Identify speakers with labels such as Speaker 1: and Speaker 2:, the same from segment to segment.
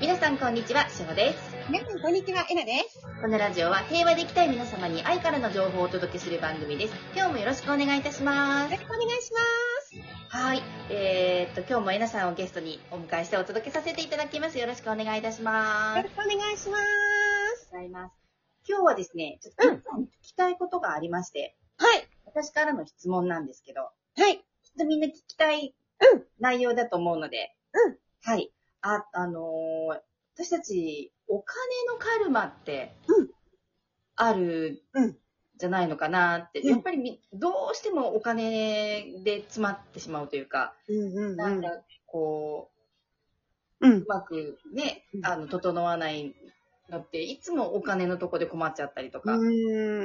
Speaker 1: 皆さんこんにちは、しほです。
Speaker 2: 皆さん、こんにちは。えなです。
Speaker 1: このラジオは平和でいきたい皆様に愛からの情報をお届けする番組です。今日もよろしくお願いいたしま
Speaker 2: よろ
Speaker 1: す。
Speaker 2: しくお願いします。
Speaker 1: はい。えー、っと、今日もえなさんをゲストにお迎えしてお届けさせていただきます。よろしくお願いいたします。
Speaker 2: よろしくお願いします。
Speaker 1: ございます。今日はですね、ちょっと皆さんに聞きたいことがありまして、
Speaker 2: はい。
Speaker 1: 私からの質問なんですけど、
Speaker 2: はい。
Speaker 1: きっとみんな聞きたい
Speaker 2: うん
Speaker 1: 内容だと思うので、
Speaker 2: うん
Speaker 1: はい。あ、あのー私たち、お金のカルマって
Speaker 2: うん、
Speaker 1: ある
Speaker 2: うん、
Speaker 1: じゃないのかなって、
Speaker 2: うん
Speaker 1: やっぱりみどうしてもお金で詰まってしまうというか、
Speaker 2: うんう
Speaker 1: なんかこ
Speaker 2: う
Speaker 1: う、
Speaker 2: ん
Speaker 1: う。まくね
Speaker 2: う、ん
Speaker 1: あの、整わないのって、いつもお金のとこで困っちゃったりとか、
Speaker 2: う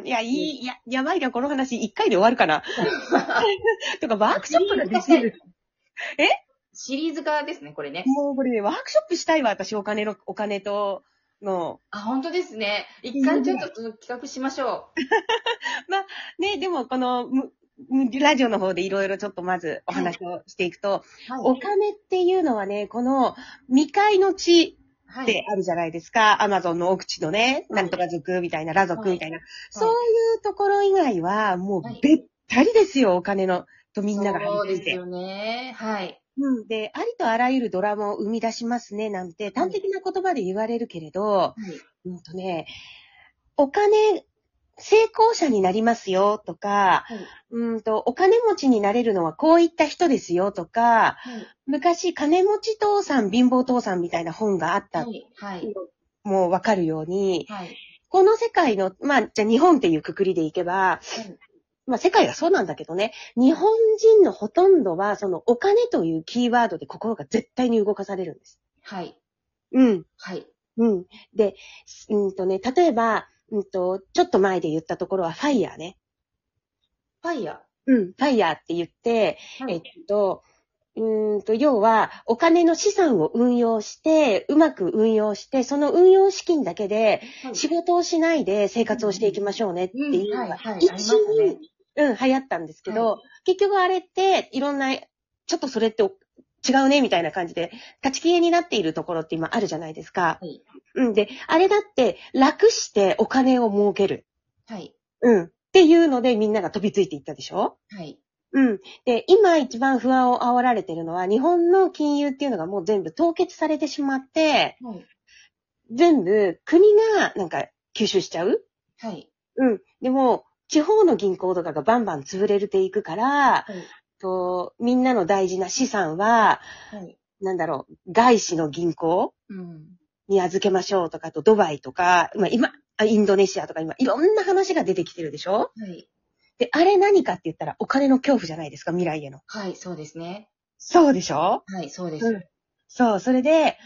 Speaker 2: ん。いや、いい、いや、やばいな、この話、一回で終わる かな。とか、ワークショップなんてしたい。え
Speaker 1: シリーズ化ですね、これね。
Speaker 2: もう、これね、ワークショップしたいわ、私、お金の、お金と、の。
Speaker 1: あ、本当ですね。一回ちょっとその企画しましょう。
Speaker 2: ね、でも、この、むむラジオの方でいろいろちょっとまずお話をしていくと、お金っていうのはね、この未開の地
Speaker 1: は
Speaker 2: っ
Speaker 1: い。
Speaker 2: てあるじゃないですか。アマゾンの奥地のね、なんとか族みたいな、ラ族みたいな。そういうところ以外は、もう
Speaker 1: はい
Speaker 2: べったりですよ、お金の、とみんなが
Speaker 1: そうで
Speaker 2: 入って
Speaker 1: す
Speaker 2: て。
Speaker 1: よね。はい。
Speaker 2: うん。で、ありとあらゆるドラマを生み出しますね、なんて、端的な言葉で言われるけれど、うんとね、お金、成功者になりますよ、とか、
Speaker 1: はい
Speaker 2: うんと、お金持ちになれるのはこういった人ですよ、とか、
Speaker 1: はい。
Speaker 2: 昔、金持ち父さん、貧乏父さんみたいな本があった、
Speaker 1: はい。はい。
Speaker 2: もうわかるように、
Speaker 1: はい。
Speaker 2: この世界の、まあ、じゃあ日本っていうくくりでいけば、
Speaker 1: い
Speaker 2: まあ世界がそうなんだけどね、日本人のほとんどは、そのお金というキーワードで心が絶対に動かされるんです。
Speaker 1: はい。
Speaker 2: うん。
Speaker 1: はい。
Speaker 2: うん。で、うんとね、例えば、うんと、ちょっと前で言ったところは、ファイヤーね。
Speaker 1: ファイヤ
Speaker 2: うん。ファイヤーって言って、
Speaker 1: ー。は
Speaker 2: えっ
Speaker 1: い。
Speaker 2: と、うーんと、要は、お金の資産を運用して、うまく運用して、その運用資金だけで、
Speaker 1: はい
Speaker 2: 仕事をしないで生活をしていきましょうねっていう
Speaker 1: う
Speaker 2: の
Speaker 1: んうん
Speaker 2: が
Speaker 1: はいは、い
Speaker 2: 一
Speaker 1: ありますね
Speaker 2: 時、うん、流行ったんですけど、結局あれって、いろんな、ちょっとそれってお違うね、みたいな感じで、立ち消えになっているところって今あるじゃないですか。
Speaker 1: はい
Speaker 2: うんで、あれだって、楽してお金を儲ける。
Speaker 1: はい。
Speaker 2: うん。っていうので、みんなが飛びついていったでしょ
Speaker 1: はい。
Speaker 2: うん。で、今一番不安を煽られてるのは、日本の金融っていうのがもう全部凍結されてしまって、
Speaker 1: はい。
Speaker 2: 全部国がなんか吸収しちゃう
Speaker 1: はい。
Speaker 2: うん。でも、地方の銀行とかがバンバン潰れていくから、
Speaker 1: はい。
Speaker 2: と、みんなの大事な資産は、
Speaker 1: はい。
Speaker 2: なんだろう、外資の銀行
Speaker 1: うん。
Speaker 2: に預けましょうとか、あとドバイとか、まあ今、あインドネシアとか今、いろんな話が出てきてるでしょ
Speaker 1: はい。
Speaker 2: で、あれ何かって言ったらお金の恐怖じゃないですか、未来への。
Speaker 1: はい。そうですね。
Speaker 2: そうでしょ
Speaker 1: はい。そうです。
Speaker 2: うんそう、それで、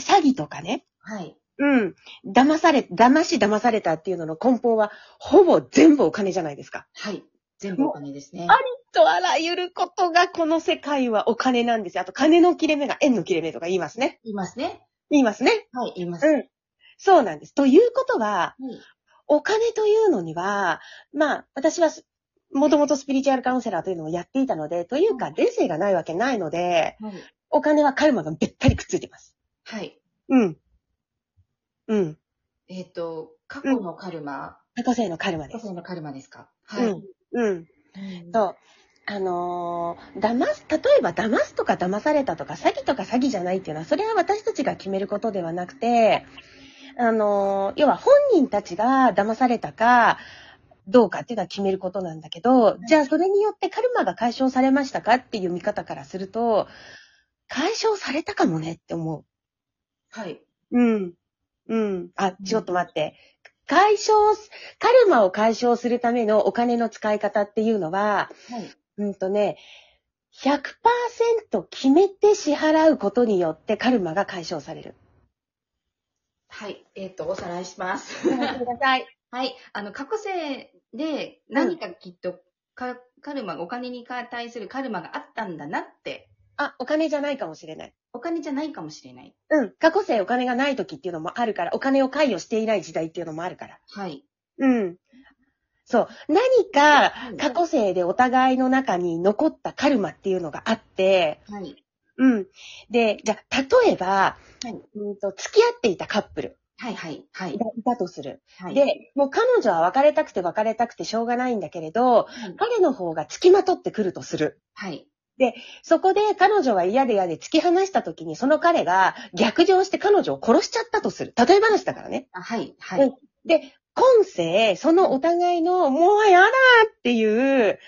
Speaker 2: 詐欺とかね。
Speaker 1: はい。
Speaker 2: うん。騙され、騙し騙されたっていうのの根本は、ほぼ全部お金じゃないですか。
Speaker 1: はい。全部お金ですね。
Speaker 2: あとあらゆることがこの世界はお金なんですよ。あと金の切れ目が円の切れ目とか言いますね。
Speaker 1: 言いますね。
Speaker 2: 言いますね。
Speaker 1: はい。言います。
Speaker 2: う
Speaker 1: は
Speaker 2: ん。そうなんです。ということは、
Speaker 1: い。
Speaker 2: お金というのには、まあ、私はす、もともとスピリチュアルカウンセラーというのをやっていたので、というか、
Speaker 1: うん
Speaker 2: 伝生がないわけないので、
Speaker 1: はい。
Speaker 2: お金はカルマがべったりくっついてます。
Speaker 1: はい。
Speaker 2: うん。うん。
Speaker 1: えっと、過去のカルマ、
Speaker 2: 過去世のカルマで
Speaker 1: 過
Speaker 2: す。
Speaker 1: 去のカルマですかは
Speaker 2: う
Speaker 1: い。
Speaker 2: ん。うん。
Speaker 1: うん
Speaker 2: と、あのー騙す、例えば騙すとか騙されたとか、詐欺とか詐欺じゃないっていうのは、それは私たちが決めることではなくて、あのー要は本人たちが騙されたか、どうかっていうのは決めることなんだけど、じゃあそれによってカルマが解消されましたかっていう見方からすると、解消されたかもねって思
Speaker 1: はい。
Speaker 2: う。うん。うん。あ、ちょっと待って。解消す、カルマを解消するためのお金の使い方っていうのは、
Speaker 1: はい。
Speaker 2: うんとね、100%決めて支払うことによってカルマが解消される。
Speaker 1: はい。えっ、と、おさらいします。
Speaker 2: ご覧ください。
Speaker 1: はい。あの、過去生で何かきっとか、カルマが、お金に対するカルマがあったんだなって、
Speaker 2: あ、お金じゃないかもしれない。
Speaker 1: お金じゃないかもしれない。
Speaker 2: うん。過去世お金がない時っていうのもあるから、お金を関与していない時代っていうのもあるから。
Speaker 1: はい。
Speaker 2: うん。そう。何か
Speaker 1: はい
Speaker 2: 過去世でお互いの中に残ったカルマっていうのがあって、
Speaker 1: はい。
Speaker 2: うん。で、じゃあ、例えば、
Speaker 1: はい
Speaker 2: うんと付き合っていたカップル
Speaker 1: はいはい、はい
Speaker 2: が。いたとする。
Speaker 1: はい、
Speaker 2: で、もう彼女は別れたくて別れたくてしょうがないんだけれど、
Speaker 1: はい、
Speaker 2: 彼の方が付きまとってくるとする。
Speaker 1: はい。
Speaker 2: そこで彼女が嫌で嫌で突き放した時に、その彼が逆上して彼女を殺しちゃったとする。例え話だからね。
Speaker 1: あはい、は
Speaker 2: う
Speaker 1: い
Speaker 2: ん。で、今世、そのお互いの、もうやだっていう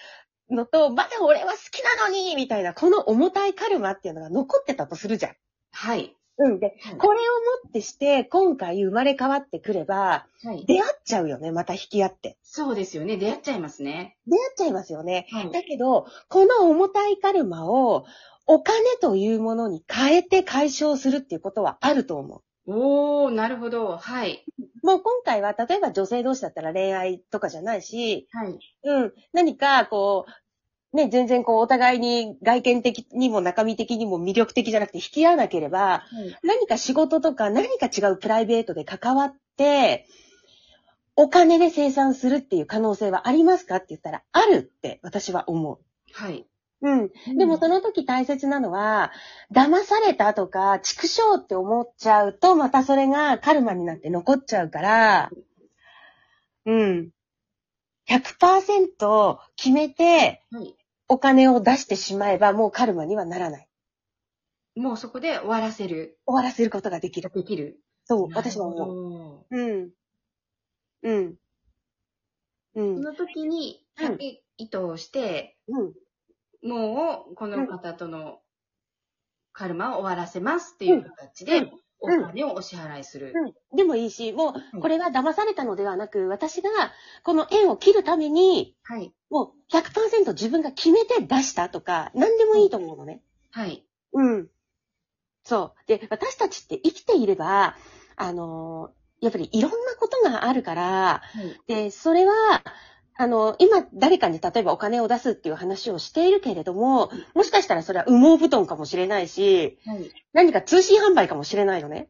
Speaker 2: のと、まだ俺は好きなのにみたいな、この重たいカルマっていうのが残ってたとするじゃん。
Speaker 1: はい。
Speaker 2: うん。で
Speaker 1: はい、
Speaker 2: これをもってして、今回生まれ変わってくれば、
Speaker 1: はい。
Speaker 2: 出会っちゃうよね、また引き合って。
Speaker 1: そうですよね。出会っちゃいますね。
Speaker 2: 出会っちゃいますよね。
Speaker 1: はい。
Speaker 2: だけど、この重たいカルマを、お金というものに変えて解消するっていうことはあると思う。
Speaker 1: おー、なるほど。はい。
Speaker 2: もう今回は、例えば女性同士だったら恋愛とかじゃないし、
Speaker 1: はい。
Speaker 2: うん、何かこう、ね、全然こう、お互いに外見的にも中身的にも魅力的じゃなくて引き合わなければ、何か仕事とか何か違うプライベートで関わって、お金で生産するっていう可能性はありますかって言ったら、あるって私は思
Speaker 1: はい。
Speaker 2: う。うん。でもその時大切なのは、騙されたとか、畜生って思っちゃうと、またそれがカルマになって残っちゃうから、うん。100%決めて
Speaker 1: はい、
Speaker 2: お金を出してしまえば、もうカルマにはならない。
Speaker 1: もうそこで終わらせる。
Speaker 2: 終わらせることができる。
Speaker 1: できる。
Speaker 2: そう、私は思う。
Speaker 1: も
Speaker 2: うん。うん。う
Speaker 1: う。そ
Speaker 2: ん。
Speaker 1: の時に、
Speaker 2: うん
Speaker 1: 100意図をして、
Speaker 2: うん。
Speaker 1: もう、この方とのカルマを終わらせますっていう形で、お
Speaker 2: うん
Speaker 1: 金をお支払いする。
Speaker 2: うん。でもいいし、も
Speaker 1: う
Speaker 2: う、
Speaker 1: ん
Speaker 2: これは騙されたのではなく、私が、この縁を切るために、
Speaker 1: はい。
Speaker 2: もう100%自分が決めて出したとか、何でもいいと思うのね。
Speaker 1: はい。
Speaker 2: うん。そう。で、私たちって生きていれば、あのーやっぱりいろんなことがあるか
Speaker 1: は
Speaker 2: ら、
Speaker 1: い。
Speaker 2: で、それは、あの、今、誰かに例えばお金を出すっていう話をしているけれども、もしかしたらそれは羽毛布団かもしれないし、
Speaker 1: はい。
Speaker 2: 何か通信販売かもしれないのね。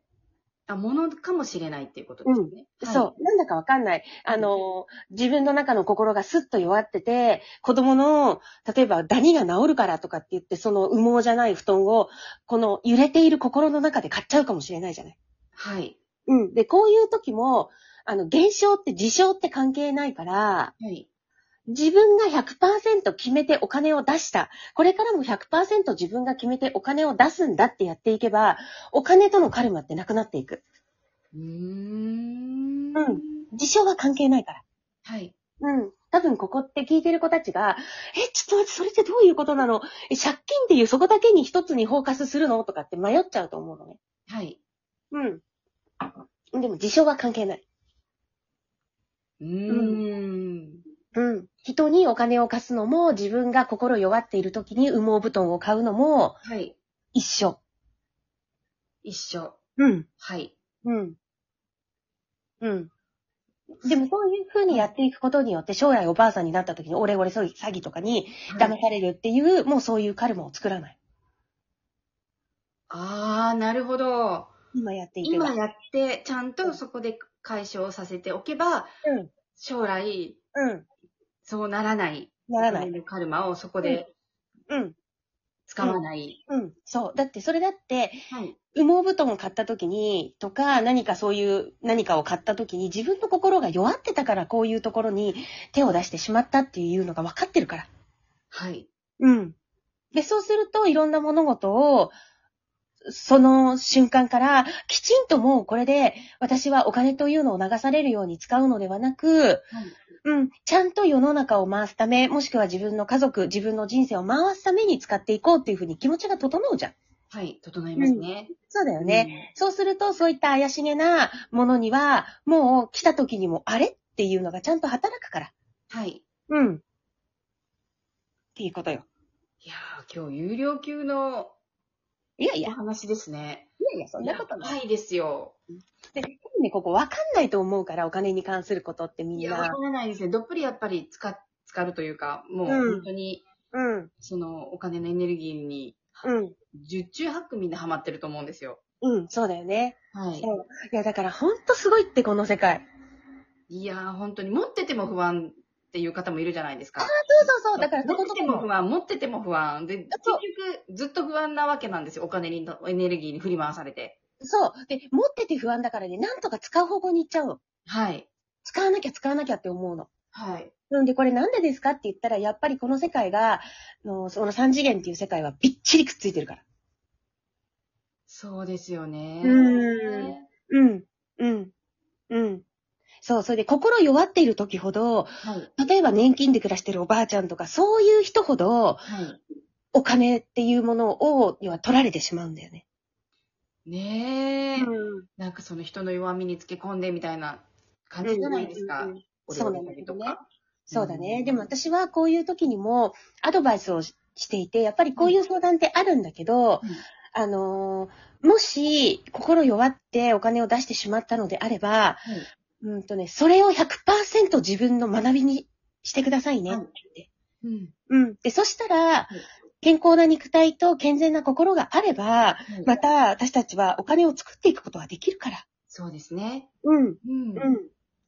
Speaker 1: あ、ものかもしれないっていうことですね。はい
Speaker 2: そう。なんだかわかんない。あの、自分の中の心がスッと弱ってて、子供の、例えばダニが治るからとかって言って、その羽毛じゃない布団を、この揺れている心の中で買っちゃうかもしれないじゃない。
Speaker 1: はい。
Speaker 2: うん。で、こういう時も、あの、現象って事象って関係ないから、
Speaker 1: はい。
Speaker 2: 自分が100%決めてお金を出した。これからも100%自分が決めてお金を出すんだってやっていけば、お金とのカルマってなくなっていく。
Speaker 1: うーん。
Speaker 2: うん事象は関係ないか
Speaker 1: はい。
Speaker 2: ら。うん。多分ここって聞いてる子たちが、え、ちょっと待って、それってどういうことなのえ、借金っていうそこだけに一つにフォーカスするのとかって迷っちゃうと思うのね。
Speaker 1: はい。
Speaker 2: うん。でも事象は関係ない。
Speaker 1: うーん。
Speaker 2: うん。人にお金を貸すのも、自分が心弱っている時に羽毛布団を買うのも、
Speaker 1: はい。
Speaker 2: 一緒。
Speaker 1: 一緒。
Speaker 2: うん。
Speaker 1: はい。
Speaker 2: うん。うん。でもそういう風にやっていくことによって将来おばあさんになった時にオレオレ詐欺とかに騙されるっていう、もうそういうカルマを作らない。
Speaker 1: ああ、なるほど。
Speaker 2: 今やっていけば。
Speaker 1: 今やって、ちゃんとそこで解消させておけば、
Speaker 2: うん。
Speaker 1: 将来、
Speaker 2: うん。
Speaker 1: そうならない。
Speaker 2: ならない。。
Speaker 1: カルマをそこで
Speaker 2: うん。
Speaker 1: 使わない。
Speaker 2: うん。そう。だってそれだって、
Speaker 1: はい。
Speaker 2: 羽毛布団を買った時に、とか、何かそういう何かを買った時に、自分の心が弱ってたからこういうところに手を出してしまったっていうのが分かってるから。
Speaker 1: はい。
Speaker 2: うん。で、そうすると、いろんな物事を、その瞬間から、きちんともうこれで、私はお金というのを流されるように使うのではなく、うん、ちゃんと世の中を回すため、もしくは自分の家族、自分の人生を回すために使っていこうっていうふうに気持ちが整うじゃん。
Speaker 1: はい。整いますね。
Speaker 2: そうだよね。
Speaker 1: ね。
Speaker 2: そうすると、そういった怪しげなものには、もう来た時にも、あれっていうのがちゃんと働くから。
Speaker 1: はい。
Speaker 2: うん。っていうことよ。
Speaker 1: いやー今日有料級の
Speaker 2: いやい
Speaker 1: お
Speaker 2: や、い
Speaker 1: 話ですね。
Speaker 2: やいや、そんなことない。
Speaker 1: いですよ。
Speaker 2: で、多分ね、ここ分かんないと思うから、お金に関することってみ
Speaker 1: い
Speaker 2: ん
Speaker 1: や、わ
Speaker 2: な
Speaker 1: か。らないですね。どっぷりやっぱり使っ、使うというか、もう
Speaker 2: うん
Speaker 1: 本当に、
Speaker 2: うん。
Speaker 1: そのお金のエネルギーに、
Speaker 2: うん。
Speaker 1: 十中八九みんなハマってると思うんですよ。
Speaker 2: うん、そうだよね。
Speaker 1: はい。
Speaker 2: そういや、だからほんとすごいって、この世界。
Speaker 1: いやー、本当に持ってても不安っっていう方もいるじゃないですか。
Speaker 2: そうそうそう。だからそ
Speaker 1: 持
Speaker 2: こ
Speaker 1: っ
Speaker 2: と
Speaker 1: て
Speaker 2: か
Speaker 1: ても
Speaker 2: も。
Speaker 1: 不安、持ってても不安。で、結
Speaker 2: そう
Speaker 1: 局、ずっと不安なわけなんですよ。お金に、エネルギーに振り回されて。
Speaker 2: そう。で、持ってて不安だからね、なんとか使う方向に行っちゃうの。
Speaker 1: はい。
Speaker 2: 使わなきゃ使わなきゃって思うの。
Speaker 1: はい。
Speaker 2: なんで、これなんでですかって言ったら、やっぱりこの世界が、あのその三次元っていう世界はびっちりくっついてるから。
Speaker 1: そうですよね。
Speaker 2: うーんうん。うん。うん。そう、それで心弱っている時ほど、
Speaker 1: はい。
Speaker 2: 例えば年金で暮らしてるおばあちゃんとか、そういう人ほど、
Speaker 1: はい。
Speaker 2: お金っていうものを、要は取られてしまうんだよね。
Speaker 1: ねえ、
Speaker 2: ん。
Speaker 1: なんかその人の弱みにつけ込んでみたいな感じじゃないですか。
Speaker 2: うんうんうん
Speaker 1: お料理したりとか
Speaker 2: そうだね。
Speaker 1: うん
Speaker 2: でも私はこういう時にもアドバイスをししていて、やっぱりこういう相談ってあるんだけど、
Speaker 1: うん
Speaker 2: あのーもし心弱ってお金を出してしまったのであれば、
Speaker 1: はい
Speaker 2: うんとね、それを100%自分の学びにしてくださいね。
Speaker 1: はいうん。
Speaker 2: うん。で、そしたら
Speaker 1: い、
Speaker 2: 健康な肉体と健全な心があれば、
Speaker 1: はい
Speaker 2: また私たちはお金を作っていくことはできるから。
Speaker 1: そうですね。
Speaker 2: うん。
Speaker 1: うん。
Speaker 2: うん。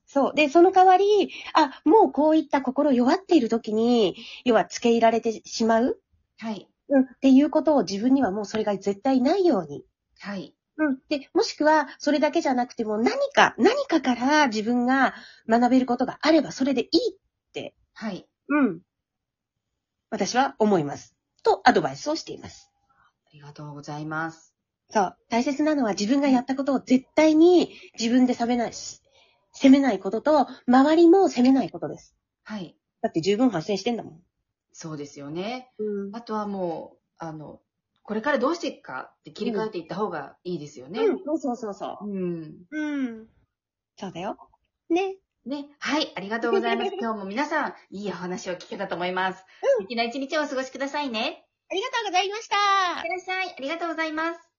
Speaker 2: そう。で、その代わり、あ、もうこういった心弱っている時に、要は付け入られてしまう、
Speaker 1: はい。
Speaker 2: うん、っていうことを自分にはもうそれが絶対ないように。
Speaker 1: はい。
Speaker 2: うん。で、もしくは、それだけじゃなくても、何か、何かから自分が学べることがあれば、それでいい。
Speaker 1: はい。
Speaker 2: うん。私は思います。と、アドバイスをしています。
Speaker 1: ありがとうございます。
Speaker 2: そう。大切なのは自分がやったことを絶対に自分で責めないし、責めないことと、周りも責めないことです。
Speaker 1: はい。
Speaker 2: だって十分発生してんだもん。
Speaker 1: そうですよね。
Speaker 2: うん。
Speaker 1: あとはもう、あの、これからどうしていくかって切り替えていった方がいいですよね。
Speaker 2: そうそうそうそ
Speaker 1: うん。
Speaker 2: う。うん。そうだよ。ね。
Speaker 1: ね。はい。ありがとうござ います。今日も皆さん、いいお話を聞けたと思います。
Speaker 2: う
Speaker 1: 素敵な一日をお過ごしくださいね。
Speaker 2: ありがとうございました。
Speaker 1: いってらっしゃい。ありがとうございます。